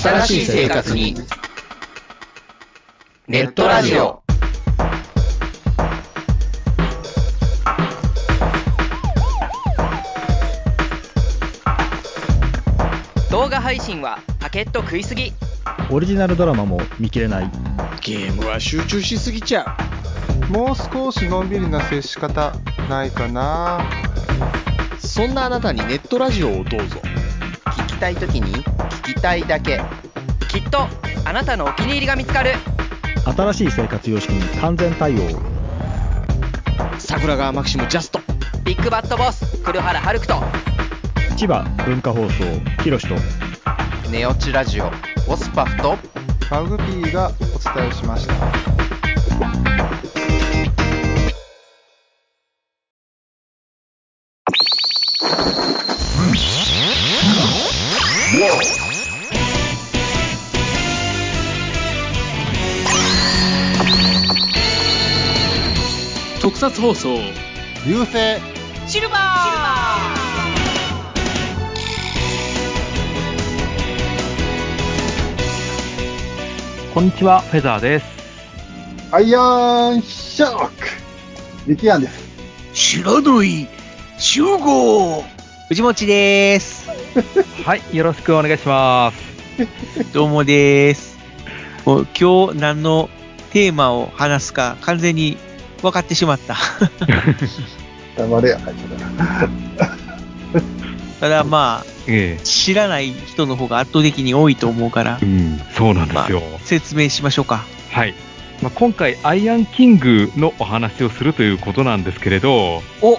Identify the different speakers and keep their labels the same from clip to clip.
Speaker 1: 新しい生活に。ネットラジオ。
Speaker 2: 動画配信はパケット食いすぎ
Speaker 3: オリジナルドラマも見切れない
Speaker 4: ゲームは集中しすぎちゃう
Speaker 5: もう少しのんびりな接し方ないかな
Speaker 4: そんなあなたにネットラジオをどうぞ
Speaker 2: 聞きたいときに聞きたいだけきっとあなたのお気に入りが見つかる
Speaker 3: 新しい生活様式に完全対応
Speaker 4: 桜川マキシムジャスト
Speaker 2: ビッグバットボス黒原遥人
Speaker 3: 千葉文化放送ひろしと
Speaker 1: ネオチラジオ。オスパフと。
Speaker 5: マグピーがお伝えしました
Speaker 6: 特撮放送
Speaker 5: 流星
Speaker 2: シルバー
Speaker 7: こんにちは、フェザーです。
Speaker 8: アイアンシャーク力也です。
Speaker 4: 知らない集合
Speaker 9: 藤持です。
Speaker 7: はい、よろしくお願い します。
Speaker 9: どうもです。もう今日何のテーマを話すか完全に分かってしまった。
Speaker 8: 黙れや、会社だ
Speaker 9: ただまあ、
Speaker 7: え
Speaker 9: 知らない人の方が圧倒的に多いと思うから
Speaker 7: え、うん、そうなんですよ。
Speaker 9: 説明しましょうか。
Speaker 7: はい。まあ、今回、アイアンキングのお話をするということなんですけれど、
Speaker 9: お
Speaker 7: まあ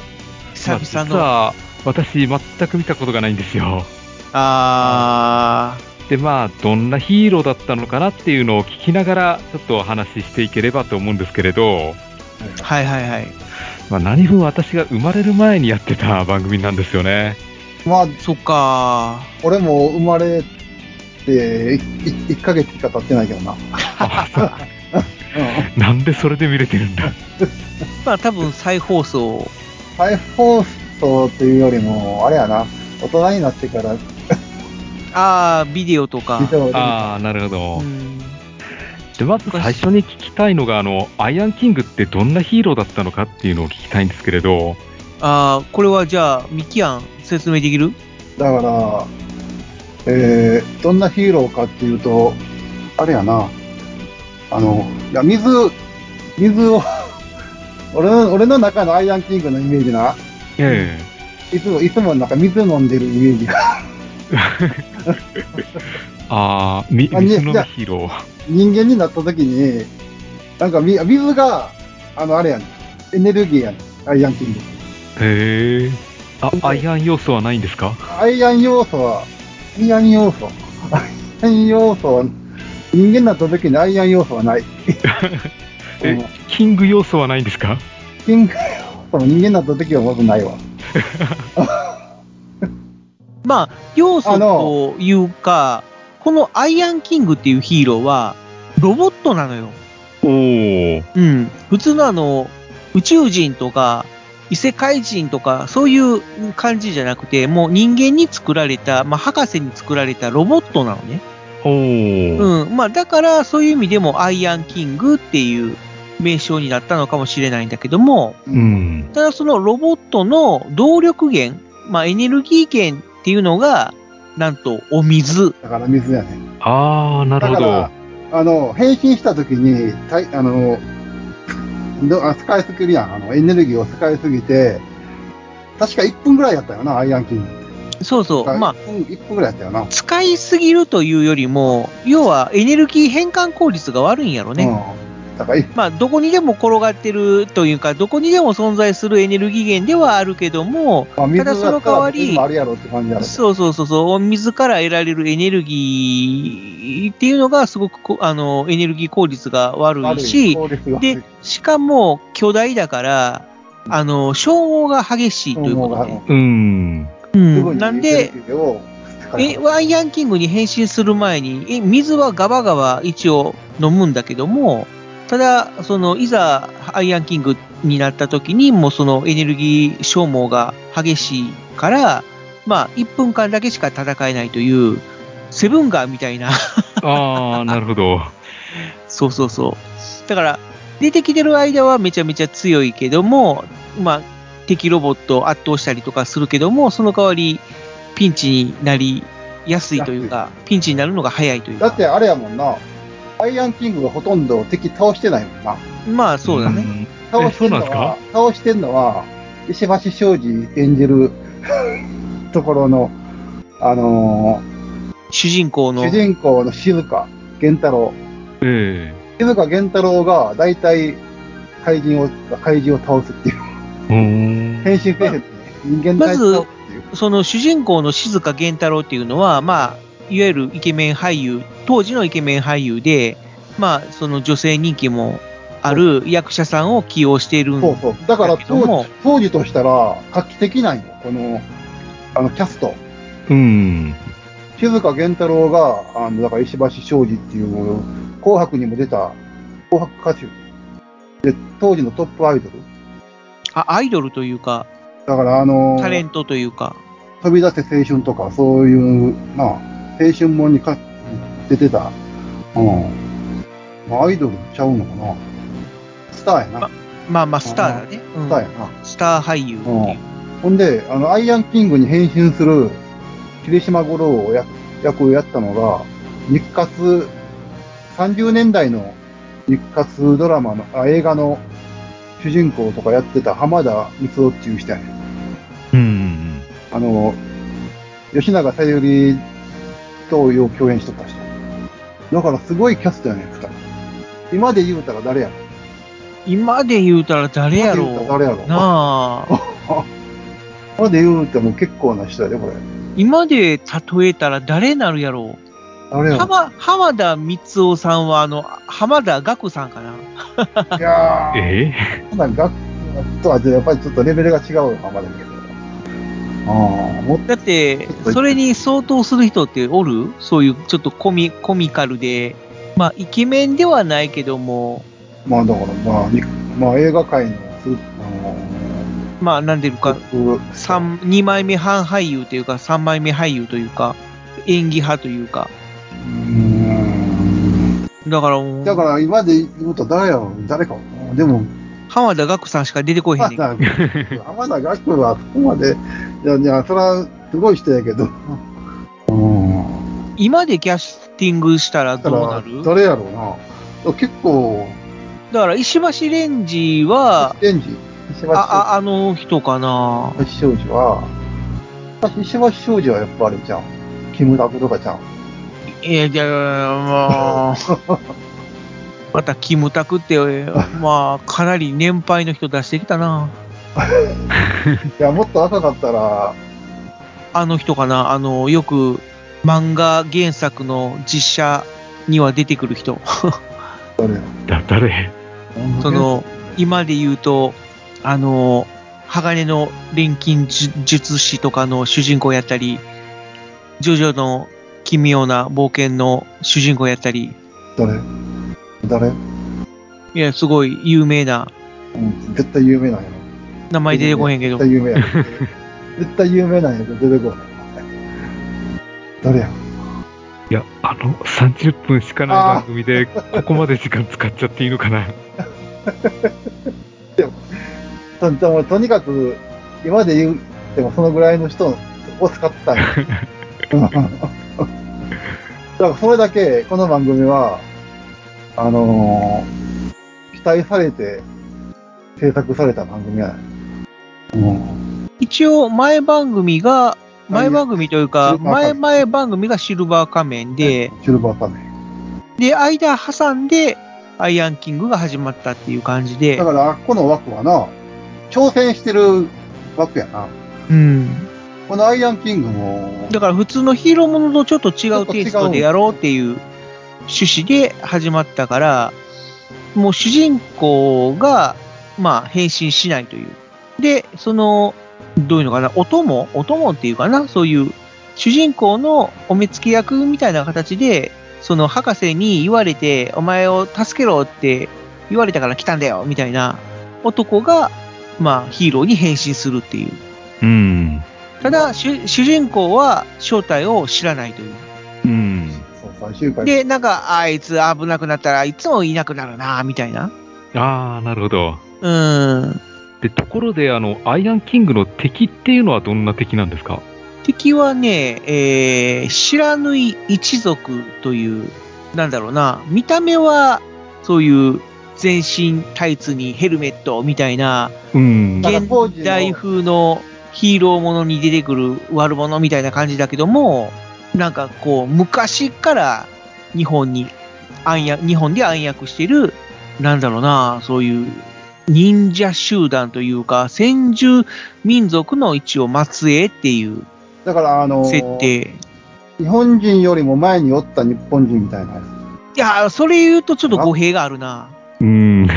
Speaker 9: 久
Speaker 7: 実
Speaker 9: 々の。
Speaker 7: は私、全く見たことがないんですよ。
Speaker 9: あ
Speaker 7: で、まあ、どんなヒーローだったのかなっていうのを聞きながら、ちょっとお話ししていければと思うんですけれど、
Speaker 9: ー、はいはいはい。
Speaker 7: まあ、何分私が生まれる前にやってた番組なんですよね。
Speaker 8: まあ、
Speaker 9: そっか
Speaker 8: 俺も生まれて1ヶ月しか経ってないけど な。
Speaker 7: あそうなんでそれで見れてるんだ。
Speaker 9: まあ多分再放送。
Speaker 8: 再放送というよりも、あれやな、大人になってから
Speaker 9: ああ、ビデオとか
Speaker 8: ビ。デオで
Speaker 7: ああ、なるほど
Speaker 9: う。ん
Speaker 7: でまず最初に聞きたいのがあのアイアンキングってどんなヒーローだったのかっていうのを聞きたいんですけれど
Speaker 9: ああ、これはじゃあ、ミキアン説明できる
Speaker 8: だから、えー、どんなヒーローかっていうと、あれやな、あの、いや、水、水を、 俺の、俺の中のアイアンキングのイメージな、
Speaker 7: え
Speaker 8: いつも、いつもなんか水飲んでるイメージが。
Speaker 7: えああみ
Speaker 8: あね
Speaker 7: 水のみヒーロー
Speaker 8: 人間になった時に、なんかみ水が、あの、あれやねんエネルギーやねんアイアンキング。
Speaker 7: へえあアイアン要素はないんですか
Speaker 8: アイアン要素は、アイアン要素。アイアン要素は、人間になった時にアイアン要素はない。 う
Speaker 7: え
Speaker 8: ん
Speaker 7: キング要素はないんですか
Speaker 8: キング要素も人間になった時はまずないわ。
Speaker 9: まあ、要素
Speaker 8: あ
Speaker 9: と
Speaker 8: の
Speaker 9: いうか、このアイアンキングっていうヒーローは、ロボットなのよ。
Speaker 7: おお
Speaker 9: うん。普通のあの、宇宙人とか、異世界人とか、そういう感じじゃなくて、もう人間に作られた、まあ、博士に作られたロボットなのね。
Speaker 7: おお
Speaker 9: うん。まあ、だから、そういう意味でも、アイアンキングっていう名称になったのかもしれないんだけども、
Speaker 7: うん
Speaker 9: ただそのロボットの動力源、まあ、エネルギー源っていうのが、なんとお水。
Speaker 8: だから水やねん。
Speaker 7: ああなる
Speaker 8: だ
Speaker 7: ほ
Speaker 8: か
Speaker 7: ど
Speaker 8: ら、あの、変身した時に、たいあの、どあ使いすぎるやん。あの、エネルギーを使いすぎて、確か1分ぐらいやったよな、アイアンキング。
Speaker 9: そうそう。まあ、
Speaker 8: 1分 ,1 分ぐらいやったよな。
Speaker 9: 使いすぎるというよりも、要はエネルギー変換効率が悪いんやろね。
Speaker 8: うん。だから、
Speaker 9: まあ、どこにでも転がってるというか、どこにでも存在するエネルギー源ではあるけども、
Speaker 8: まあ、水だった
Speaker 9: その代わり
Speaker 8: 水もあるやろって感じやろうけど
Speaker 9: そうそうそうそう、自ら得られるエネルギーっていうのが、すごくこあのエネルギー効率が悪いし、
Speaker 8: 効率が悪い
Speaker 9: で、しかも巨大だから、あの、消耗が激しいということで。
Speaker 7: うん
Speaker 9: う
Speaker 8: すごいね
Speaker 9: ん、なんで、、え、ワイヤンキングに変身する前に、え、水はガバガバ一応飲むんだけども、ただ、その、いざ、アイアンキングになった時に、もうそのエネルギー消耗が激しいから、まあ、1分間だけしか戦えないという、セブンガーみたいな。
Speaker 7: ああ、なるほど。
Speaker 9: そうそうそう。だから、出てきてる間はめちゃめちゃ強いけども、まあ、敵ロボットを圧倒したりとかするけども、その代わり、ピンチになりやすいというか、ピンチになるのが早いという
Speaker 8: だ
Speaker 9: か
Speaker 8: っ。てあれやもんな、アイアンキングがほとんど敵倒してないもんな。
Speaker 9: まあ、そうだね。
Speaker 7: ん
Speaker 8: 倒してんの
Speaker 7: えそうな
Speaker 8: は
Speaker 7: ん、
Speaker 8: 倒してんのは、石橋庄司演じる ところの、あの
Speaker 9: 主人公
Speaker 8: ー
Speaker 9: の
Speaker 8: 主。人公の静香源太郎。
Speaker 7: え
Speaker 8: 静香源太郎が大体怪人を、怪人を倒すっていう。
Speaker 7: えうーん。
Speaker 8: 変身伝説で人間
Speaker 9: ま
Speaker 8: 体
Speaker 9: ず
Speaker 8: 操っていう。
Speaker 9: その主人公の静香源太郎っていうのは、まあ、いわゆるイケメン俳優、当時のイケメン俳優で、まあ、その女性人気もある役者さんを起用しているん
Speaker 8: そう
Speaker 9: だ
Speaker 8: そう。だから
Speaker 9: け
Speaker 8: 当
Speaker 9: ども、
Speaker 8: 当時としたら画期的なんよ。この、あの、キャスト。
Speaker 7: うん。
Speaker 8: 静香源太郎が、あの、だから石橋庄司っていう、紅白にも出た、紅白歌手。で、当時のトップアイドル。
Speaker 9: あアイドルというか、
Speaker 8: だから、あの
Speaker 9: タレントというか、
Speaker 8: 飛び出せ青春とか、そういう、なあ、青春もんにか出てた。うん。まあアイドルちゃうのかな。スターやな。
Speaker 9: まあまあ、スターだね。う
Speaker 8: ス
Speaker 9: ん
Speaker 8: ターやな。
Speaker 9: スター俳優っていう。
Speaker 8: ほんで、あの、アイアンキングに変身する、霧島五郎をや役をやったのが、日活、30年代の日活ドラマの、あ映画の主人公とかやってた浜田光夫っていう人やね
Speaker 7: う
Speaker 8: ん
Speaker 7: ん。
Speaker 8: あの、吉永小百合とよう共演しとった人。だからすごいキャストやねん、二人。今で言うたら誰やろ
Speaker 9: 今で言うたら誰やろ
Speaker 8: 今で言うたら誰やろ
Speaker 9: うなあ。
Speaker 8: 今で言うても結構な人やで、これ。
Speaker 9: 今で例えたら誰なるやろう
Speaker 8: 誰やろ
Speaker 9: 浜浜田光夫さんは、あの、浜田岳さんかな。
Speaker 8: いやー。
Speaker 7: え
Speaker 8: まあ、学とはやっぱりちょっとレベルが違うのかまだけど。ああ、もっ
Speaker 9: だって、それに相当する人っておるそういうちょっとコミコミカルで、まあ、イケメンではないけども、
Speaker 8: まあだから、まあ、にまあ映画界のスー、あの
Speaker 9: まあ、なんていうか、
Speaker 8: ー、僕
Speaker 9: 三2枚目半俳優というか、3枚目俳優というか、演技派というか、
Speaker 8: うーん。
Speaker 9: だからもう、
Speaker 8: だから今で言うと誰やろ誰か。でも、
Speaker 9: 浜田岳さんしか出てこへんねん。
Speaker 8: 浜田浜田学部はそこまで、いや、いや、それはすごい人やけど。うん。
Speaker 9: 今でキャスティングしたら
Speaker 8: だか
Speaker 9: どうな
Speaker 8: ら
Speaker 9: る、
Speaker 8: 誰やろうな。結構、
Speaker 9: だから、石橋レンジは、
Speaker 8: レンジ、石橋
Speaker 9: あ、あ、あの人かな。
Speaker 8: 石橋庄司は、石橋庄司はやっぱあれじゃん。キムタクとかじゃん。
Speaker 9: えー、じゃあ、まあ、またキムタクって、まあ、かなり年配の人出してきたな。
Speaker 8: いや、もっと赤かったら、
Speaker 9: あの人かな、あの、よく漫画原作の実写には出てくる人。
Speaker 8: 誰や
Speaker 7: ー、だ、誰
Speaker 9: そ、の、今で言うと、あの、鋼の錬金術師とかの主人公やったり、ジョジョの奇妙な冒険の主人公やったり、
Speaker 8: 誰誰、う、
Speaker 9: いや、すごい有名なん
Speaker 8: 絶対有名なんやろ。
Speaker 9: 名前出てこへんけど
Speaker 8: 絶、対有 名やろ。絶対有名なんやけど、出てこない。誰や
Speaker 7: いや、あの、30分しかない番組で、ここまで時間使っちゃっていいのかな。
Speaker 8: とでもとにかく、今で言う、でもそのぐらいの人を使ったん や。うんだからそれだけ、この番組は、あのー期待されて制作された番組やねうん。
Speaker 9: 一応前番組が、前番組という
Speaker 8: シ
Speaker 9: か、
Speaker 8: ルバー仮
Speaker 9: 前
Speaker 8: 面
Speaker 9: 々番組がシルバー仮面で、
Speaker 8: シルバー仮面。
Speaker 9: で、間挟んで、アイアンキングが始まったっていう感じで
Speaker 8: だ、から、あっこの枠はな、挑戦してる枠やな。
Speaker 9: うん。
Speaker 8: このアイアンキングも、
Speaker 9: だから普通のヒーローものとちょっと違うテイストでやろうっていう趣旨で始まったから、もう主人公が、まあ、変身しないという。で、その、どういうのかな、お供お供っていうかな、そういう、主人公のお目付け役みたいな形で、その博士に言われて、お前を助けろって言われたから来たんだよ、みたいな男が、まあ、ヒーローに変身するっていう。
Speaker 7: うん。
Speaker 9: ただ主、主人公は正体を知らないという。
Speaker 7: うん。
Speaker 8: か周回
Speaker 9: で、なんか、あいつ危なくなったらいつもいなくなるな、みたいな。
Speaker 7: ああ、なるほど。
Speaker 9: うん。
Speaker 7: で、ところで、あの、アイアンキングの敵っていうのはどんな敵なんですか
Speaker 9: 敵はね、えー、知らぬい一族という、なんだろうな、見た目は、そういう、全身タイツにヘルメットみたいな、
Speaker 7: うん。
Speaker 8: なんか
Speaker 9: 現
Speaker 8: 当時の
Speaker 9: 代風のヒーローものに出てくる悪者みたいな感じだけども、なんかこう、昔から日本に暗躍、日本で暗躍してる、なんだろうな、そういう忍者集団というか、先住民族の一応末裔っていう
Speaker 8: だから、あのー
Speaker 9: 設定。
Speaker 8: 日本人よりも前におった日本人みたいなやつ。
Speaker 9: いやー、それ言うとちょっと語弊があるな。
Speaker 7: うん。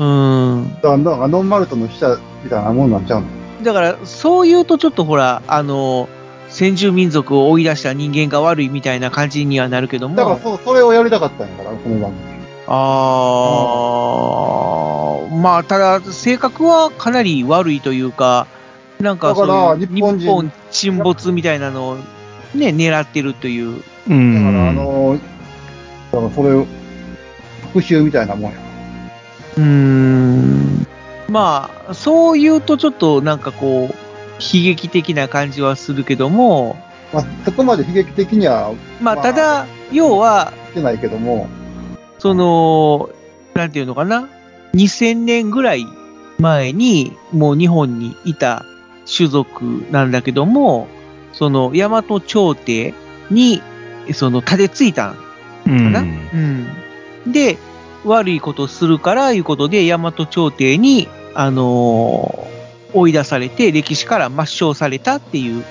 Speaker 9: うん。
Speaker 8: だから、なんかノンマルトの使者みたいなもんなんちゃうの
Speaker 9: だから、そう言うとちょっとほら、あの、先住民族を追い出した人間が悪いみたいな感じにはなるけども。
Speaker 8: だからそ、それをやりたかったんやから、この番組。
Speaker 9: あー、まあ、ただ、性格はかなり悪いというか、なんか
Speaker 8: だか
Speaker 9: そ
Speaker 8: ら
Speaker 9: の、
Speaker 8: 日本人
Speaker 9: 日本沈没みたいなのをね、狙ってるという。
Speaker 7: う
Speaker 8: だ
Speaker 7: ん。
Speaker 8: から、あのーだからそれを、復讐みたいなもんや。
Speaker 9: うーん。まあ、そう言うとちょっとなんかこう、悲劇的な感じはするけども、
Speaker 8: まあ、そこまで悲劇的には
Speaker 9: まあ、
Speaker 8: まあ
Speaker 9: ただ、要は、
Speaker 8: してないけども、
Speaker 9: その、なんていうのかな、2000年ぐらい前に、もう日本にいた種族なんだけども、その、大和朝廷に、その、立てついたん
Speaker 7: うん
Speaker 9: かな。うんで、悪いことするから、いうことで、大和朝廷に、あのー追い出されて、歴史から抹消されたっていう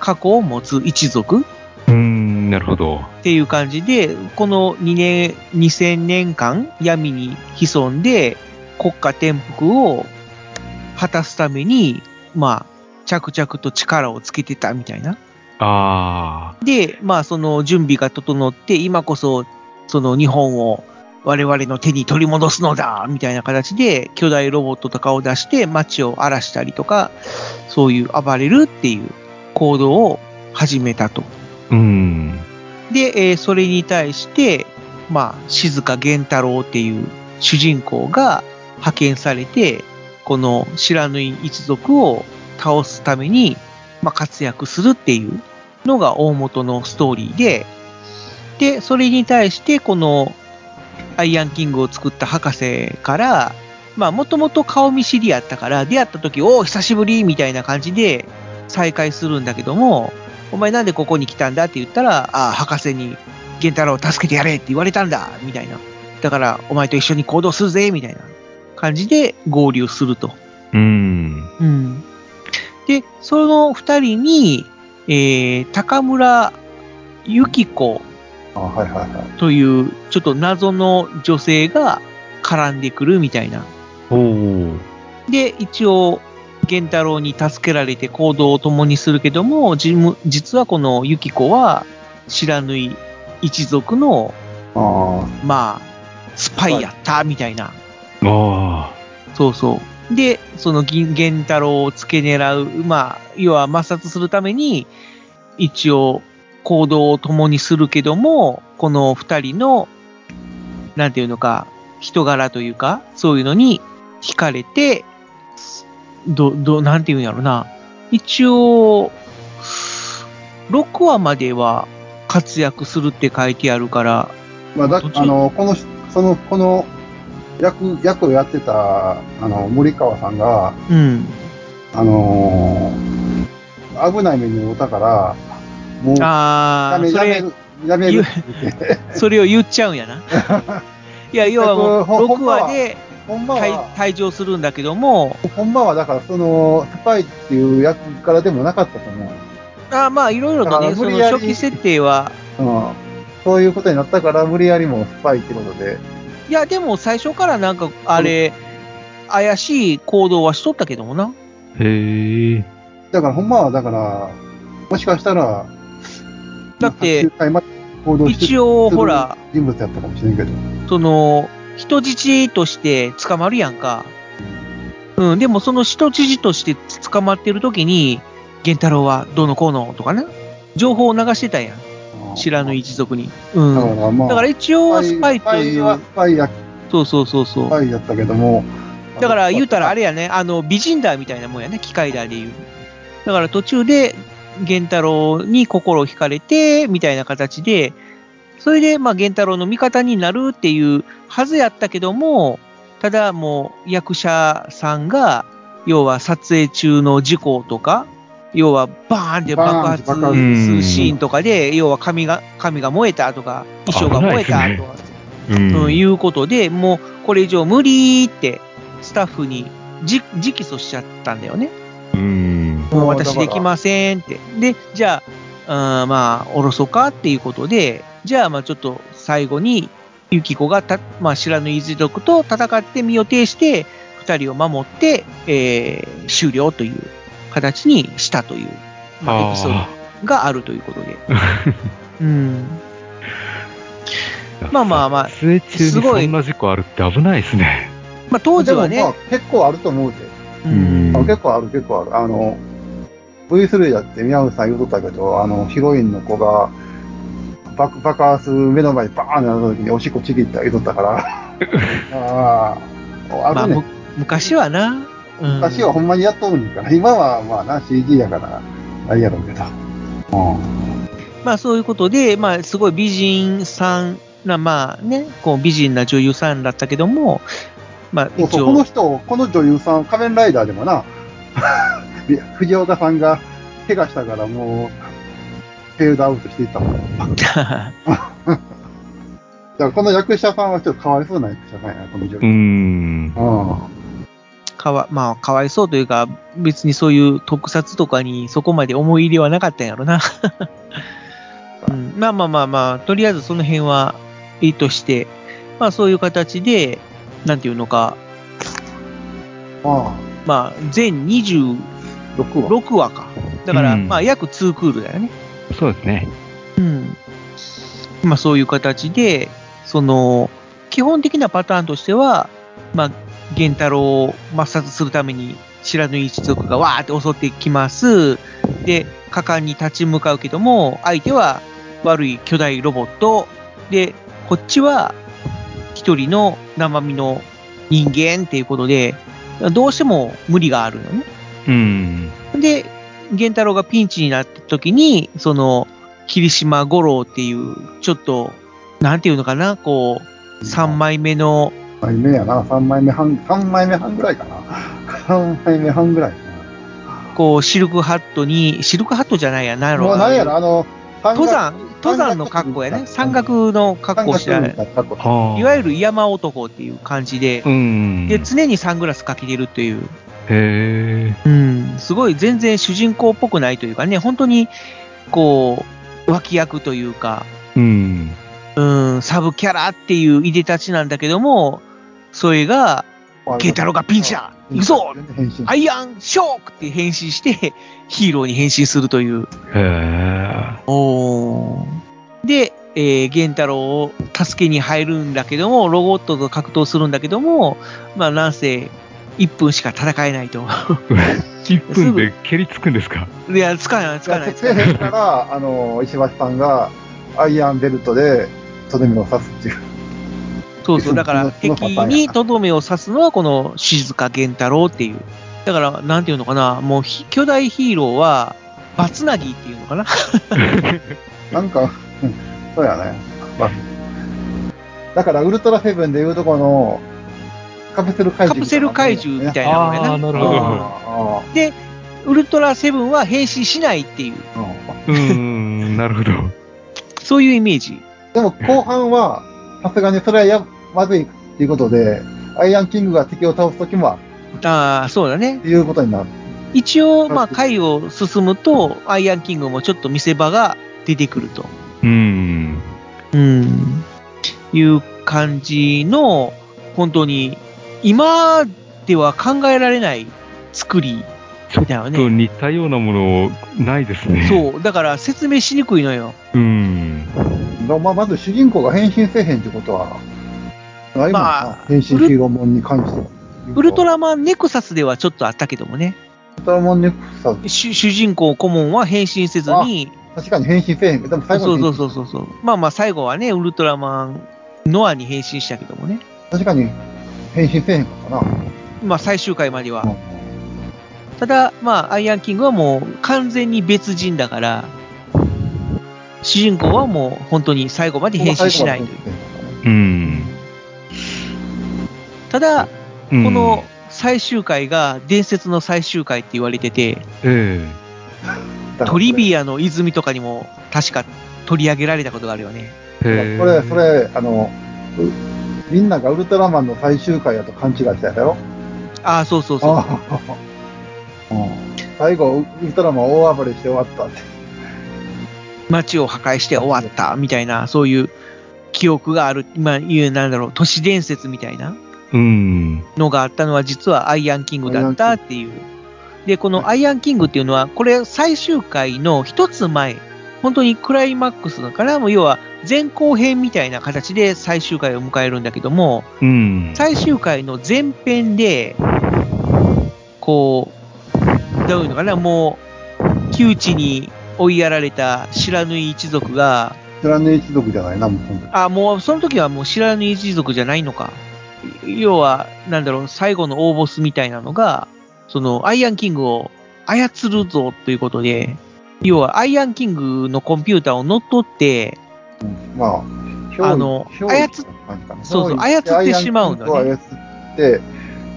Speaker 9: 過去を持つ一族。
Speaker 7: うん、なるほど。
Speaker 9: っていう感じで、この2年、2000年間闇に潜んで国家転覆を果たすために、まあ、着々と力をつけてたみたいな。
Speaker 7: あ
Speaker 9: で、まあ、その準備が整って、今こそ、その日本を我々の手に取り戻すのだみたいな形で、巨大ロボットとかを出して街を荒らしたりとか、そういう暴れるっていう行動を始めたと。
Speaker 7: あ。うん。
Speaker 9: で、えーそれに対して、まあ、静香源太郎っていう主人公が派遣されて、この知らぬい一族を倒すために、まあ、活躍するっていうのが大元のストーリーで、で、それに対して、このアイアンキングを作った博士から、まあ、もともと顔見知りやったから、出会った時、おお、久しぶりみたいな感じで再会するんだけども、お前なんでここに来たんだって言ったら、ああ、博士に、源太郎を助けてやれって言われたんだみたいな。だから、お前と一緒に行動するぜみたいな感じで合流すると。
Speaker 7: うん。
Speaker 9: うん。で、その二人に、えー、高村由紀子
Speaker 8: あはいはいはい。
Speaker 9: という、ちょっと謎の女性が絡んでくるみたいな。
Speaker 7: おお。
Speaker 9: で、一応、源太郎に助けられて行動を共にするけども、じむ実はこのユキコは、知らぬい一族の、
Speaker 8: あ
Speaker 9: まあ、スパイやった、みたいな。
Speaker 7: ああ。
Speaker 9: そうそう。で、その銀源太郎を付け狙う、まあ、要は抹殺するために、一応、行動を共にするけども、この二人の、なんていうのか、人柄というか、そういうのに惹かれて、ど、ど、なんていうんやろな。一応、6話までは活躍するって書いてあるから、
Speaker 8: あ。まあ、だ
Speaker 9: どっち
Speaker 8: あの、この、その、この役、役をやってた、あの、森川さんが、
Speaker 9: うん。
Speaker 8: あのー危ない目に遭ったから、もう、や
Speaker 9: ああ、
Speaker 8: め、
Speaker 9: そ
Speaker 8: やめ
Speaker 9: れ
Speaker 8: る、やめるって言って、
Speaker 9: それを言っちゃうんや な。いや、要はもう、
Speaker 8: ほほん
Speaker 9: 6
Speaker 8: まは
Speaker 9: 話で
Speaker 8: ほんま
Speaker 9: 退
Speaker 8: は、
Speaker 9: 退場するんだけども、
Speaker 8: ほんまはだから、その、スパイっていう役からでもなかったと思う。
Speaker 9: あーまあ、いろいろと
Speaker 8: だか
Speaker 9: ね、
Speaker 8: ら
Speaker 9: その
Speaker 8: 無理やり
Speaker 9: 初期設定は、
Speaker 8: うん。そういうことになったから、無理やりもうスパイってことで。
Speaker 9: いや、でも最初からなんか、あれ、怪しい行動はしとったけどもな。
Speaker 7: へえ。
Speaker 8: だから、ほんまは、だから、もしかしたら、
Speaker 9: だって
Speaker 8: 9回まで行動して
Speaker 9: 一応、ほら、
Speaker 8: 人物やったかもしれんけど。
Speaker 9: その、人質として捕まるやんか。うん、でもその人質として捕まってる時に、源太郎はどうのこうのとかね、情報を流してたやん。知らぬ一族に。う
Speaker 8: だか
Speaker 9: ん。
Speaker 8: らまあ、
Speaker 9: だから一応はスパイとい
Speaker 8: スパイ
Speaker 9: う
Speaker 8: は、スパイや、ス
Speaker 9: そうそうそうそう。
Speaker 8: パイやったけども。
Speaker 9: だから言うたらあ
Speaker 8: れ
Speaker 9: れやね、あの、美人だみたいなもんやね、機械だで言う。だから途中で、源太郎に心を惹かれて、みたいな形で、それで、まあ、源太郎の味方になるっていうはずやったけども、ただもう、役者さんが、要は撮影中の事故とか、要はバーンって爆発す
Speaker 8: バーンって爆
Speaker 7: 発
Speaker 9: るシーンとかで、要は髪が、髪が燃えたとか、衣装が燃えたとか、
Speaker 7: うん
Speaker 9: うん、いうことで、もうこれ以上無理ってスタッフにじ直訴しちゃったんだよね。
Speaker 7: うん。
Speaker 9: もう私できませんって。で、じゃあ、うんまあ、おろそかっていうことで、じゃあ、まあちょっと最後に、ユキコがた、まあ、知らぬ一族と戦って身を挺して、二人を守って、えー終了という形にしたという、まあ、エピソードがあるということで。うん。まあまあまあ
Speaker 7: 撮影中に
Speaker 9: すごい
Speaker 7: そんな事故あるって危ないですね。
Speaker 9: まあ、当時は
Speaker 8: でもま
Speaker 9: ね
Speaker 8: あ、結構あると思うで。
Speaker 9: うん
Speaker 8: あ結構ある、結構ある。あの、V3 だって宮内さん言うとったけど、あの、ヒロインの子が、爆爆発目の前にバーンってなった時におしっこちぎった言うとった から。ああ、
Speaker 9: ま
Speaker 8: あ
Speaker 9: あ、
Speaker 8: るね
Speaker 9: む。昔はな、うん
Speaker 8: 昔はほんまにやっとるんから、今はまあな、CG やから、あれやろうけど。うん。
Speaker 9: まあそういうことで、まあすごい美人さんな、まあね、こう美人な女優さんだったけども、まあ
Speaker 8: そう
Speaker 9: 一
Speaker 8: そうこの
Speaker 9: 応、
Speaker 8: 人、この女優さん、仮面ライダーでもな、 いや藤岡さんが怪我したからもう、フェードアウトしていったもん。だからこの役者さんはちょっとかわいそうな役者さんやな、この女
Speaker 7: う
Speaker 8: 優。
Speaker 7: ん。
Speaker 8: う
Speaker 9: かわ、まあかわいそうというか、別にそういう特撮とかにそこまで思い入れはなかったんや ろな。うん、まあまあまあまあ、とりあえずその辺はいいとして、まあそういう形で、なんていうのか、
Speaker 8: ん。ま
Speaker 9: まあ全26
Speaker 8: あ、6話。
Speaker 9: 話か。だから、
Speaker 7: うん
Speaker 9: まあ約2クールだよね。
Speaker 7: そうですね。
Speaker 9: うん。まあそういう形で、その、基本的なパターンとしては、まあ、源太郎を抹殺するために知らぬ一族がわーって襲ってきます。で、果敢に立ち向かうけども、相手は悪い巨大ロボット。で、こっちは一人の生身の人間っていうことで、どうしても無理があるのね。
Speaker 7: うん。
Speaker 9: で、源太郎がピンチになった時に、その、霧島五郎っていう、ちょっと、なんていうのかな、こう、3枚目の、
Speaker 8: 3枚目やな、3枚目半、三枚目半ぐらいかな。3枚目半ぐらいか
Speaker 9: こう、シルクハットに、シルクハットじゃないや、なんや
Speaker 8: な。
Speaker 9: ろ
Speaker 8: もうなんやろ、あの、
Speaker 9: 登山、登山の格好やね。山岳の格好をして
Speaker 8: な
Speaker 9: ないい。。
Speaker 8: 格好
Speaker 7: はい
Speaker 9: わゆる山男っていう感じで
Speaker 7: う、ん。
Speaker 9: で、常にサングラスかけてるという、
Speaker 7: へ
Speaker 9: うん、すごい全然主人公っぽくないというかね、本当に、こう、脇役というか、
Speaker 7: ーうん。
Speaker 9: うん、サブキャラっていういでたちなんだけども、それが、ケイタロウがピンチだ行くぞ
Speaker 8: 変身
Speaker 9: アイアンショックって変身して、ヒーローに変身するという。
Speaker 7: へえ。
Speaker 9: おで、えー、ゲンタロウを助けに入るんだけども、ロボットと格闘するんだけども、まあ、なんせ、1分しか戦えないと。
Speaker 7: 1分で蹴りつくんですか
Speaker 9: いや、つかない、つかない。つか
Speaker 8: せえ
Speaker 9: ない
Speaker 8: へんから、あの、石橋さんが、アイアンベルトで、とどめを刺すっていう。
Speaker 9: そうそう、だから、
Speaker 8: その
Speaker 9: 敵
Speaker 8: そのパターンやな
Speaker 9: にとどめを刺すのは、この静か源太郎っていう。だから、なんていうのかな、もうひ、巨大ヒーローは、バツナギっていうのかな。
Speaker 8: なんか、 うんそうやね。まあだから、ウルトラセブンでいうとこの、カプセル怪
Speaker 9: カ
Speaker 8: 獣
Speaker 9: プ
Speaker 8: みたい
Speaker 9: セ
Speaker 8: な
Speaker 9: ル
Speaker 8: もんやね。
Speaker 9: 怪獣みたいなのやな。
Speaker 7: な
Speaker 8: あ
Speaker 7: る
Speaker 8: ー。あ
Speaker 9: で、ウルトラセブンは変身しないっていう、
Speaker 8: ーうん
Speaker 7: うん、なるほど。
Speaker 9: そういうイメージ。
Speaker 8: でも後半は、さすがにそれはやまずいっていうことで、アイアンキングが敵を倒すときもある
Speaker 9: ああ、そうだ
Speaker 8: っ
Speaker 9: ね。
Speaker 8: ていうことになる。
Speaker 9: 一応、まあ、回を進むと、アイアンキングもちょっと見せ場が出てくると。
Speaker 7: うん。
Speaker 9: うん。いう感じの、本当に、今では考えられない作り
Speaker 7: ちょ
Speaker 9: みたいな
Speaker 7: っと
Speaker 9: ね。
Speaker 7: 似たようなものないですね。
Speaker 9: そう。だから説明しにくいのよ。
Speaker 7: う。うん。
Speaker 8: まあ、まず主人公が変身せえへんってことは、ないもんな、
Speaker 9: まあ
Speaker 8: 変身ヒーローもんに関しては。
Speaker 9: ウルトラマンネクサスではちょっとあったけどもね。
Speaker 8: ウルトラマンネクサス。
Speaker 9: 主主人公顧問は変身せずに、
Speaker 8: 確かに変身せえへんけど、でも
Speaker 9: そ
Speaker 8: 最
Speaker 9: う
Speaker 8: 後に
Speaker 9: そうそうそうそう。まあまあ最後はね、ウルトラマン、ノアに変身したけどもね。
Speaker 8: 確かに変身せえへんかったな。
Speaker 9: まあ最終回までは
Speaker 8: うん。
Speaker 9: ただ、まあ、アイアンキングはもう完全に別人だから、主人公はもう本当に最後まで変身しないという。
Speaker 7: うん。
Speaker 9: ただ、
Speaker 7: うん
Speaker 9: この、最終回が伝説の最終回って言われてて、
Speaker 7: え
Speaker 9: ト
Speaker 8: ア
Speaker 9: リビアの泉とかにも確か取り上げられたことがあるよね。
Speaker 7: えへえ
Speaker 8: これ、それ、あの、うみんながウルトラマンの最終回やと勘違いしたやつやろ
Speaker 9: ああ、そうそうそう。
Speaker 8: ああうん最後、ウルトラマン大暴れして終わったって。
Speaker 9: 街を破壊して終わったみたいな、そういう記憶がある、今言う、なんだろう、都市伝説みたいな
Speaker 7: うん。
Speaker 9: のがあったのは、実はアイアンキングだったっていう。で、このアイアンキングっていうのは、これ最終回の一つ前、本当にクライマックスだから、もう要は前後編みたいな形で最終回を迎えるんだけども、
Speaker 7: うん。
Speaker 9: 最終回の前編で、こう、どういうのかな、もう、窮地に追いやられた知らぬ一族が、
Speaker 8: 知らねえ一族じゃないな、もうその時。
Speaker 9: あ、もう、その時はもう知らぬ一族じゃないのか。要は、なんだろう、最後の大ボスみたいなのが、その、アイアンキングを操るぞということで、要は、アイアンキングのコンピューターを乗っ取って、
Speaker 8: うんまあ、
Speaker 9: あの
Speaker 8: 憑依
Speaker 9: 操っ
Speaker 8: 憑依みたいな感じかな
Speaker 9: そうそう
Speaker 8: 憑依
Speaker 9: 操ってしまうのね
Speaker 8: アイアンキングを操って、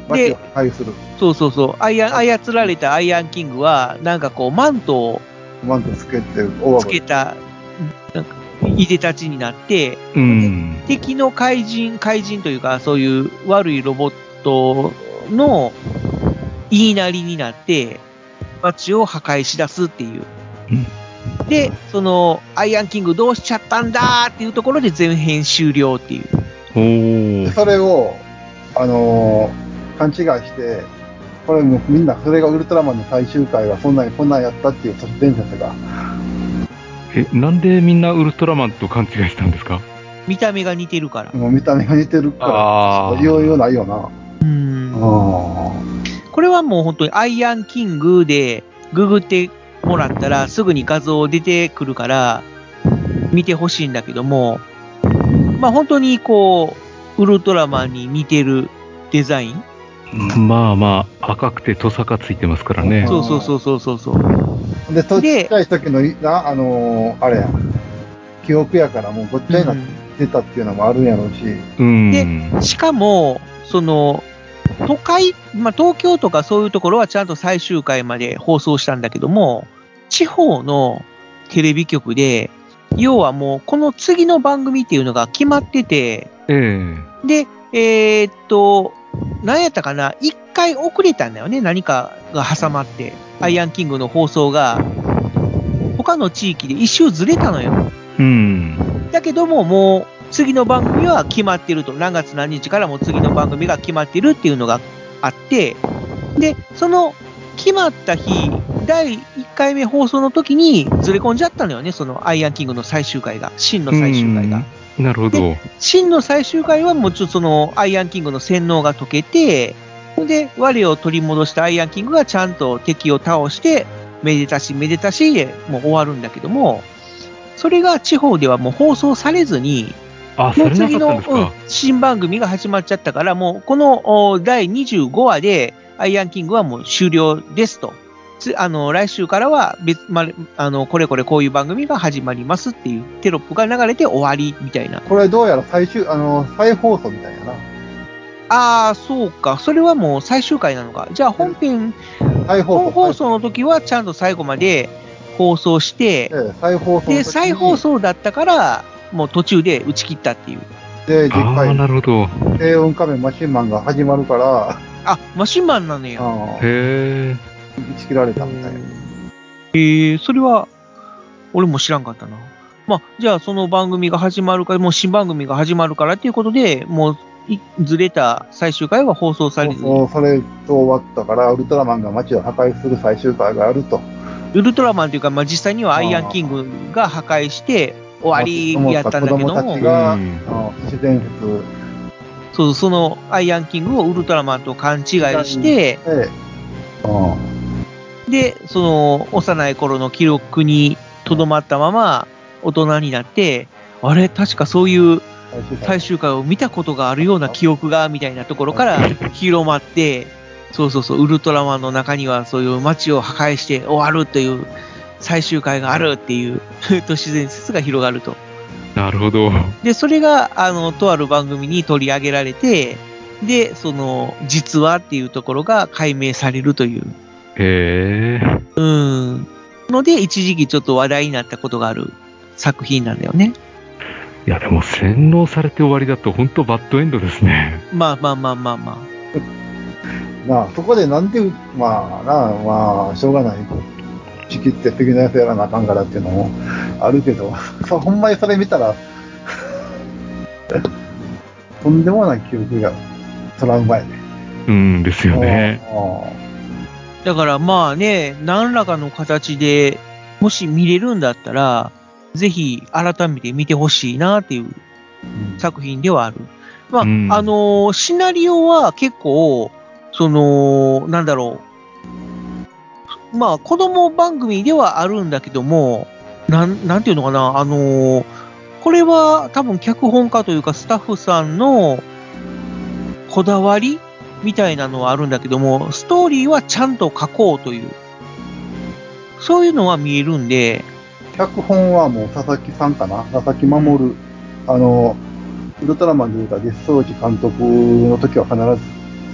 Speaker 8: 街
Speaker 9: で
Speaker 8: を破壊する。
Speaker 9: そうそうそう、アイアン、操られたアイアンキングは、なんかこう、マントを
Speaker 8: マントつけて、大
Speaker 9: つ
Speaker 8: 暴れ
Speaker 9: け。た、なんか、いでたちになって、
Speaker 7: うん。
Speaker 9: 敵の怪人、怪人というか、そういう悪いロボットの言いなりになって、街を破壊し出すっていう。で、その、アイアンキングどうしちゃったんだっていうところで前編終了っていう。
Speaker 7: お
Speaker 8: で
Speaker 7: ー。
Speaker 8: それを、あのー勘違いして、これもうみんな、それがウルトラマンの最終回はそんなんこんなんやったっていう都市伝説が。
Speaker 7: え、なんでみんなウルトラマンと勘違いしたんですか
Speaker 9: 見た目が似てるから。
Speaker 8: もう見た目が似てる
Speaker 7: あー
Speaker 8: から、ようようないよな。
Speaker 9: うん。
Speaker 8: あ
Speaker 9: これはもう本当にアイアンキングでググってもらったらすぐに画像出てくるから見てほしいんだけども、まあ本当にこう、ウルトラマンに似てるデザイン
Speaker 7: まあまあ、赤くてトサカついてますからね。
Speaker 9: そうそうそうそうそうそう。
Speaker 8: あ。で、と
Speaker 9: で
Speaker 8: ちっちゃい時の、な、あのーあれや、記憶やからもうごっちゃになってたっていうのもあるんやろうし、
Speaker 7: うん。
Speaker 9: でしかも、その、都会、まあ、東京とかそういうところはちゃんと最終回まで放送したんだけども、地方のテレビ局で、要はもうこの次の番組っていうのが決まってて、
Speaker 7: ええ
Speaker 9: で、えーっと、何やったかな、一回遅れたんだよね、何かが挟まって、アイアンキングの放送が、他の地域で一周ずれたのよ。
Speaker 7: うん。
Speaker 9: だけども、もう次の番組は決まってると、何月何日からもう次の番組が決まってるっていうのがあって、で、その決まった日、第1回目放送の時にずれ込んじゃったのよね、そのアイアンキングの最終回が、真の最終回が。
Speaker 7: うん。なるほど。
Speaker 9: 真の最終回はもうちょっとそのアイアンキングの洗脳が解けて、で、我を取り戻したアイアンキングがちゃんと敵を倒して、めでたしめでたしでもう終わるんだけども、それが地方ではもう放送されずに、
Speaker 7: あ、
Speaker 9: も
Speaker 7: そうれなか
Speaker 9: 次
Speaker 7: ったん
Speaker 9: の
Speaker 7: です、
Speaker 9: うん
Speaker 7: か。
Speaker 9: 新番組が始まっちゃったから、もうこのお第25話で、アイアンキングはもう終了ですと。つあの来週からは別、ま、あのこれこれこういう番組が始まりますっていうテロップが流れて終わりみたいな。
Speaker 8: これどうやら最終、あのー再放送みたいやな。
Speaker 9: ああ、そうか。それはもう最終回なのか。じゃあ本編、
Speaker 8: 再
Speaker 9: 本
Speaker 8: 放
Speaker 9: 放
Speaker 8: 送。
Speaker 9: 送の時はちゃんと最後まで放送して、
Speaker 8: ええ再放送の時に。
Speaker 9: で、再放送だったから、もう途中で打ち切ったっていう。
Speaker 8: で、実
Speaker 7: ああ、
Speaker 8: 際、
Speaker 7: なるほど。
Speaker 8: 低音仮面マシンマンが始まるから、
Speaker 9: あ、マシンマンなのよ。
Speaker 8: ああ
Speaker 7: へえ。
Speaker 8: 打ち切られたみたいな。
Speaker 9: えー、それは、俺も知らんかったな。まあ、じゃあその番組が始まるから、もう新番組が始まるからっていうことで、もういずれた最終回は放送されず
Speaker 8: そ
Speaker 9: に、
Speaker 8: うそれと終わったから、ウルトラマンが街を破壊する最終回があると。
Speaker 9: ウルトラマンというか、まあ実際にはアイアンキングが破壊して、終わりやったんだけど
Speaker 8: 子供
Speaker 9: も
Speaker 8: たち。が、
Speaker 7: うん
Speaker 8: あの都市伝説
Speaker 9: そう、そのアイアンキングをウルトラマンと勘違いして、
Speaker 8: で、うん
Speaker 9: で、その幼い頃の記録にとどまったまま大人になって、あれ、確かそういう
Speaker 8: 最終回
Speaker 9: 最終回を見たことがあるような記憶が、みたいなところから広まって、そうそうそう、ウルトラマンの中にはそういう街を破壊して終わるという最終回があるっていう 都市伝説が広がると。
Speaker 7: なるほど。
Speaker 9: で、それが、あの、とある番組に取り上げられて、で、その、実話っていうところが解明されるという、
Speaker 7: へえ。
Speaker 9: うん、ので、一時期ちょっと話題になったことがある作品なんだよね。
Speaker 7: いや、でも洗脳されて終わりだと、本当バッドエンドですね。
Speaker 9: まあまあまあまあま
Speaker 8: なあそこでなんて、まあ、なあ、まあ、しょうがない。仕切って的なやつやらなあかんからっていうのもあるけど、 そうほんまにそれ見たら、 とんでもない記憶がトラウマやね。
Speaker 7: うんですよね。
Speaker 8: あ
Speaker 9: あ。だからまあね、何らかの形で、もし見れるんだったら、ぜひ改めて見てほしいなっていう
Speaker 8: あうん
Speaker 9: 作品ではある。まあ、
Speaker 7: うん
Speaker 9: あのーシナリオは結構、その、なんだろう。まあ、子供番組ではあるんだけども、なん、なんていうのかな、あのーこれは多分脚本家というかスタッフさんのこだわりみたいなのはあるんだけども、ストーリーはちゃんと書こうという、そういうのは見えるんで、
Speaker 8: 脚本はもう佐々木さんかな佐々木守。あの、ウルトラマンでいうた月装寺監督の時は必ず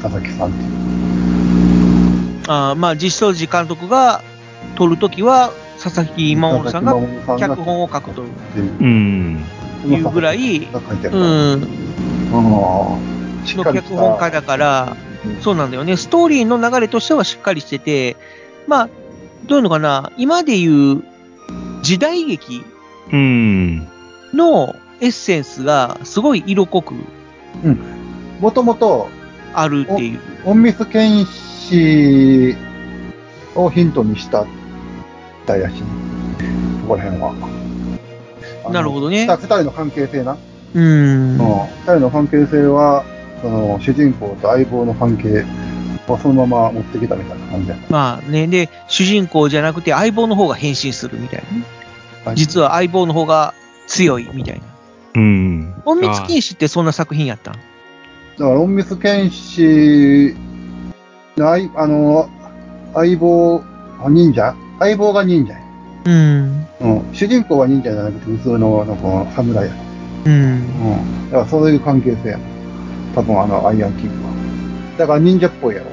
Speaker 8: 佐々木さんっていう。
Speaker 9: あーまあ、実装時監督が撮るときは、佐々木守さんが
Speaker 8: 佐々木守さんが
Speaker 9: 脚本を書くと
Speaker 8: っ
Speaker 7: うん。
Speaker 8: てい
Speaker 9: いうぐらい、
Speaker 8: が書いてあるか
Speaker 9: う
Speaker 8: ら。
Speaker 9: ん、
Speaker 8: ああ、しっ
Speaker 9: の
Speaker 8: かり
Speaker 9: 脚
Speaker 8: した
Speaker 9: 本家だから、そうなんだよね、ストーリーの流れとしてはしっかりしてて、まあ、どういうのかな、今でいう時代劇
Speaker 7: うん。
Speaker 9: のエッセンスがすごい色濃く
Speaker 8: もともと、
Speaker 9: あるっていう。
Speaker 8: 隠密剣士をヒントにした、たやし、そこら辺は。あの
Speaker 9: なるほどね
Speaker 8: 二二人の関係性な。
Speaker 9: うん
Speaker 8: うん。二人の関係性は、その、主人公と相棒の関係をそのまま持ってきたみたいな感じやった
Speaker 9: まあね、で、主人公じゃなくて相棒の方が変身するみたいなね。
Speaker 8: はい
Speaker 9: 実は相棒の方が強いみたいな。
Speaker 7: うん。
Speaker 9: 隠密禁止ってそんな作品やったん
Speaker 8: だから、隠密剣士の相、あの、相棒、あ忍者相棒が忍者や
Speaker 9: うん。
Speaker 8: うん、主人公は忍者じゃなくて普通のなんか侍や、
Speaker 9: うん。
Speaker 8: うん、だからそういう関係性や多分あのアイアンキングはだから忍者っぽいやろ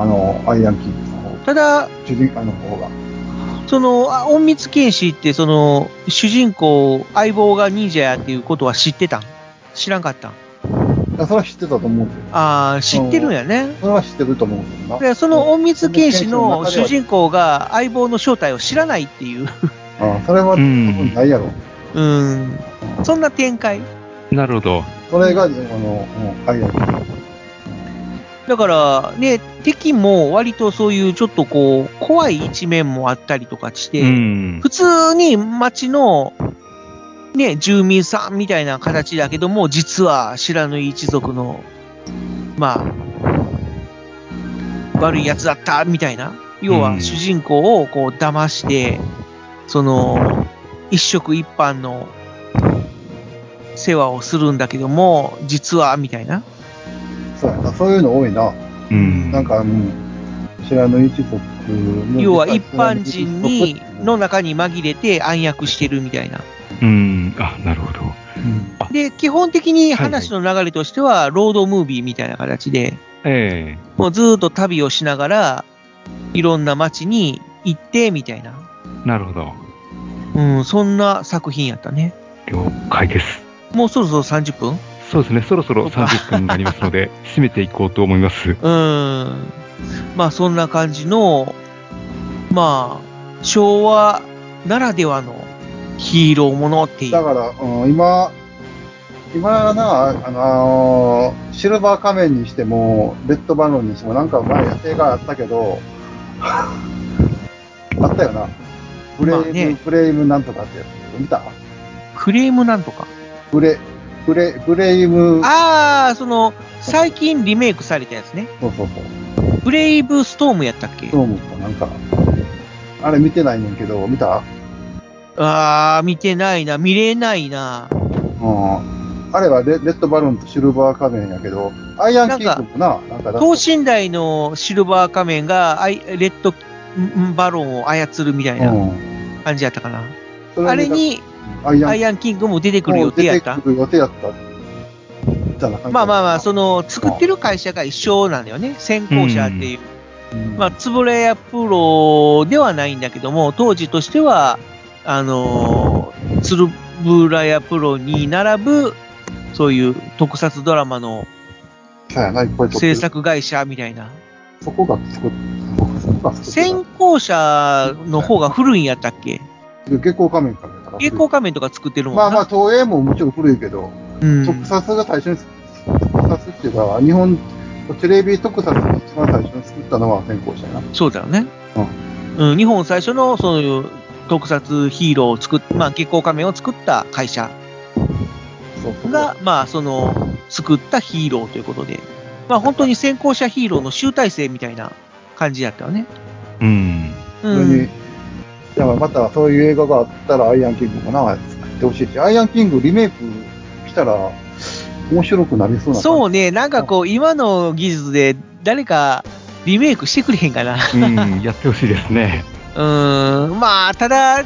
Speaker 8: あのアイアンキングの方
Speaker 9: ただ、
Speaker 8: 主人公の方が
Speaker 9: その、あ隠密禁止って、その、主人公、相棒が忍者やっていうことは知ってたん知らんかったん
Speaker 8: だからそれは知ってたと思うけど
Speaker 9: ああ、知ってるんやね。
Speaker 8: それは知ってると思うけどな
Speaker 9: で、その隠密禁止の主人公が相棒の正体を知らないっていう、
Speaker 8: あそれ
Speaker 7: う
Speaker 8: は多
Speaker 7: ん
Speaker 8: 分ないやろ、
Speaker 9: うん、そんな展開。
Speaker 7: なるほど。
Speaker 8: それがあの、うん、アイアンキング
Speaker 9: だから、ね、敵も割とそういうちょっとこう、怖い一面もあったりとかして、
Speaker 7: うん。
Speaker 9: 普通に町の、ね、住民さんみたいな形だけども、実は知らぬ一族の、まあ、悪い奴だったみたいな。要
Speaker 7: う
Speaker 9: は
Speaker 7: ん
Speaker 9: 主人公をこう騙して、その、一食一飯の世話をするんだけども、実は、みたいな。
Speaker 8: そうやなそういうの多いな、
Speaker 7: うん。
Speaker 8: なんか、うん、知らぬ一族の
Speaker 9: 要は一般人に、の中に紛れて暗躍してるみたいな。
Speaker 7: うん。あ、なるほど。
Speaker 8: うん
Speaker 9: で、基本的に話の流れとしては、ロードムービーみたいな形で、
Speaker 7: ええ
Speaker 9: もうずーっと旅をしながら、いろんな街に行って、みたいな。
Speaker 7: なるほど。
Speaker 9: うん、そんな作品やったね。
Speaker 7: 了解です。
Speaker 9: もうそろそろ30分
Speaker 7: そうですね。そろそろ
Speaker 9: そうか
Speaker 7: 30分になりますの で、締めていこうと思います。
Speaker 9: うん。まあ、そんな感じの、まあ、昭和ならではのヒーローものってい
Speaker 8: だ
Speaker 9: う。
Speaker 8: から、うん、今、今な、あのーシルバー仮面にしても、レッドバロンにしても、なんか前、映画あったけど、 あったよな。ブレイム、
Speaker 9: まあね
Speaker 8: ブレイムなんとかってやつ。見た
Speaker 9: クレームなんとか。
Speaker 8: ブレ、ブレ、ブレイム、
Speaker 9: ああ、その、最近リメイクされたやつね。
Speaker 8: そうそうそう。
Speaker 9: ブレイブストームやったっけ
Speaker 8: そう思った、なんか。あれ見てないねんけど、見た
Speaker 9: あー、見てないな、見れないな。
Speaker 8: うんあれはレレッドバルーンとシルバー仮面やけど、アイアンキングもな、なんかだ
Speaker 9: 等身大のシルバー仮面がアイレッドんバロンを操るみたいな
Speaker 8: うん
Speaker 9: 感じやったかな。
Speaker 8: そ
Speaker 9: あれ、に
Speaker 8: アイア
Speaker 9: ア
Speaker 8: ン
Speaker 9: イアンキングも出て
Speaker 8: キ
Speaker 9: く
Speaker 8: ン
Speaker 9: る
Speaker 8: グ
Speaker 9: 予
Speaker 8: も
Speaker 9: 定
Speaker 8: 出
Speaker 9: や
Speaker 8: て
Speaker 9: った。
Speaker 8: くる予定やった。みたいな感じ
Speaker 9: まあまあまあ、その作ってる会社が一緒なんだよね。先行者っていう。
Speaker 8: うん
Speaker 9: まあ、つぶれやプロではないんだけども、当時としては、あのー、つぶらやプロに並ぶ、そういう特撮ドラマの
Speaker 8: そうやな、いっぱい撮って
Speaker 9: 制
Speaker 8: る
Speaker 9: 作会社みたいな。
Speaker 8: そこが作っそこが作って
Speaker 9: 先行者の方が古いんやったっけ
Speaker 8: た。月光仮面からやから
Speaker 9: 蛍光仮面とか作ってるもんな。
Speaker 8: まあまあ、東映ももちろん古いけど、
Speaker 9: うん、
Speaker 8: 特撮が最初に、特撮っていうか、日本、テレビ特撮を一番最初に作ったのは先行者やな。
Speaker 9: そうだよね。うん。日本最初のそういう特撮ヒーローを作っ、まあ、月光仮面を作った会社
Speaker 8: そうそこ
Speaker 9: が、まあ、その、作ったヒーローということで、まあ、本当に先行者ヒーローの集大成みたいな感じだったよね。
Speaker 7: うん。
Speaker 9: う
Speaker 8: それに
Speaker 9: ん。、
Speaker 8: だからまたそういう映画があったら、アイアンキングかな、作ってほしいし、アイアンキングリメイクしたら、面白くなりそうな感じ
Speaker 9: そうね、なんかこう、今の技術で誰かリメイクしてくれへんかな。
Speaker 7: うん、やってほしいですね。
Speaker 9: うーん、まあ、ただ、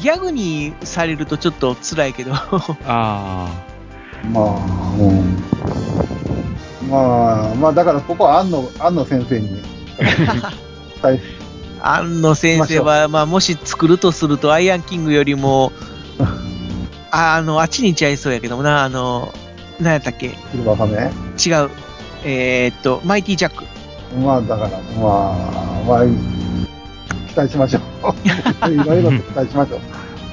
Speaker 9: ギャグにされるとちょっと辛いけど。
Speaker 7: あ
Speaker 8: まあ、うん。まあ、まあ、だからここは安野、安野先生 に。はい
Speaker 9: 安野先生は、まあ、もし作るとすると、アイアンキングよりも、ああの、あっちに行っちゃいそうやけどもな、あの、何やったっけ違う。
Speaker 8: シルバー仮
Speaker 9: えーっと、マイティジャック。
Speaker 8: 面まあ、だから、まあ、まあ、期待しましょう。いろいろと期待しましょ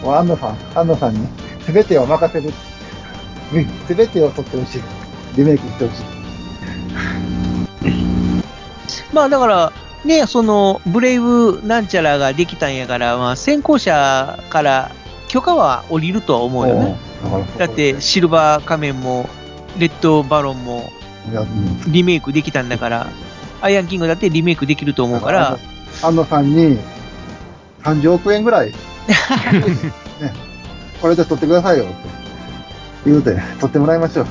Speaker 8: う。もう安野さん、安野さんに、すべてを任せる。すべてを取ってほしい。リメイクしてほしい。
Speaker 9: まあ、だから、ね、その、ブレイブなんちゃらができたんやから、まあ、先行者から許可は降りるとは思うよね。
Speaker 8: だから
Speaker 9: だって、シルバー仮面も、レッドバロンも
Speaker 8: いやうん
Speaker 9: リメイクできたんだから、アイアンキングだってリメイクできると思うから、
Speaker 8: 安野さんに30億円ぐらい、ね、これで取ってくださいよって言うて、取ってもらいましょう。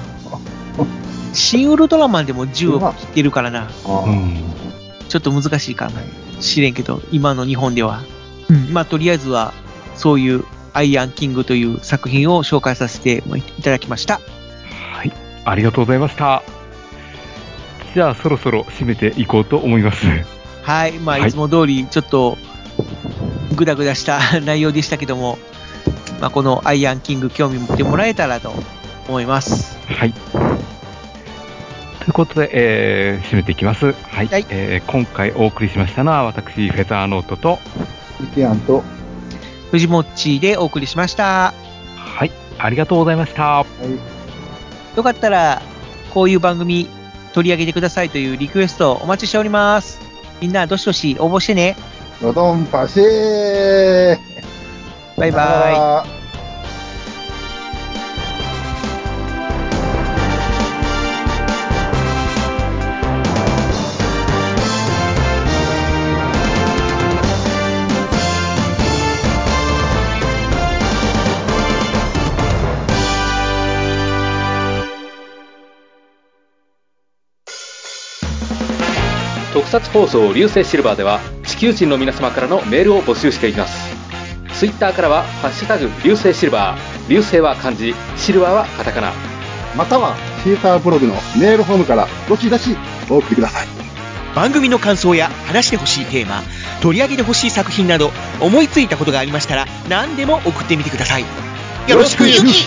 Speaker 9: 新ウルトラマンでも10億切ってるからな。
Speaker 7: あ。うん。
Speaker 9: ちょっと難しいかもしれんけど、今の日本では。うん、まあ、とりあえずは、そういうアイアンキングという作品を紹介させてもいただきました。
Speaker 7: はい。ありがとうございました。じゃあ、そろそろ締めていこうと思います。
Speaker 9: はい、まあ、
Speaker 7: はい
Speaker 9: いつも通り、ちょっと、ぐだぐだした 内容でしたけども、まあ、このアイアンキング興味持ってもらえたらと思います。
Speaker 7: はい。ということで、えー締めていきます。はい、
Speaker 9: はい
Speaker 7: えー今回お送りしましたのは、私、フェザーノートと、
Speaker 8: 意見案と、は
Speaker 9: 藤もっちーでお送りしました。
Speaker 7: はい、ありがとうございました。
Speaker 8: い、
Speaker 9: よかったら、こういう番組取り上げてくださいというリクエストお待ちしております。みんな、どしどし応募してね。
Speaker 8: ロドンパシー
Speaker 9: バイバイ。
Speaker 8: イ。
Speaker 6: 特撮放送流星シルバーでは地球人の皆様からのメールを募集していますツイッターからは「ハッシュタグ流星シルバー」流星は漢字シルバーはカタカナ
Speaker 8: または、シーサーブログのメールフォームから、どしどしお送りください。
Speaker 10: 番組の感想や話してほしいテーマ取り上げてほしい作品など思いついたことがありましたら何でも送ってみてくださいよろしくゆき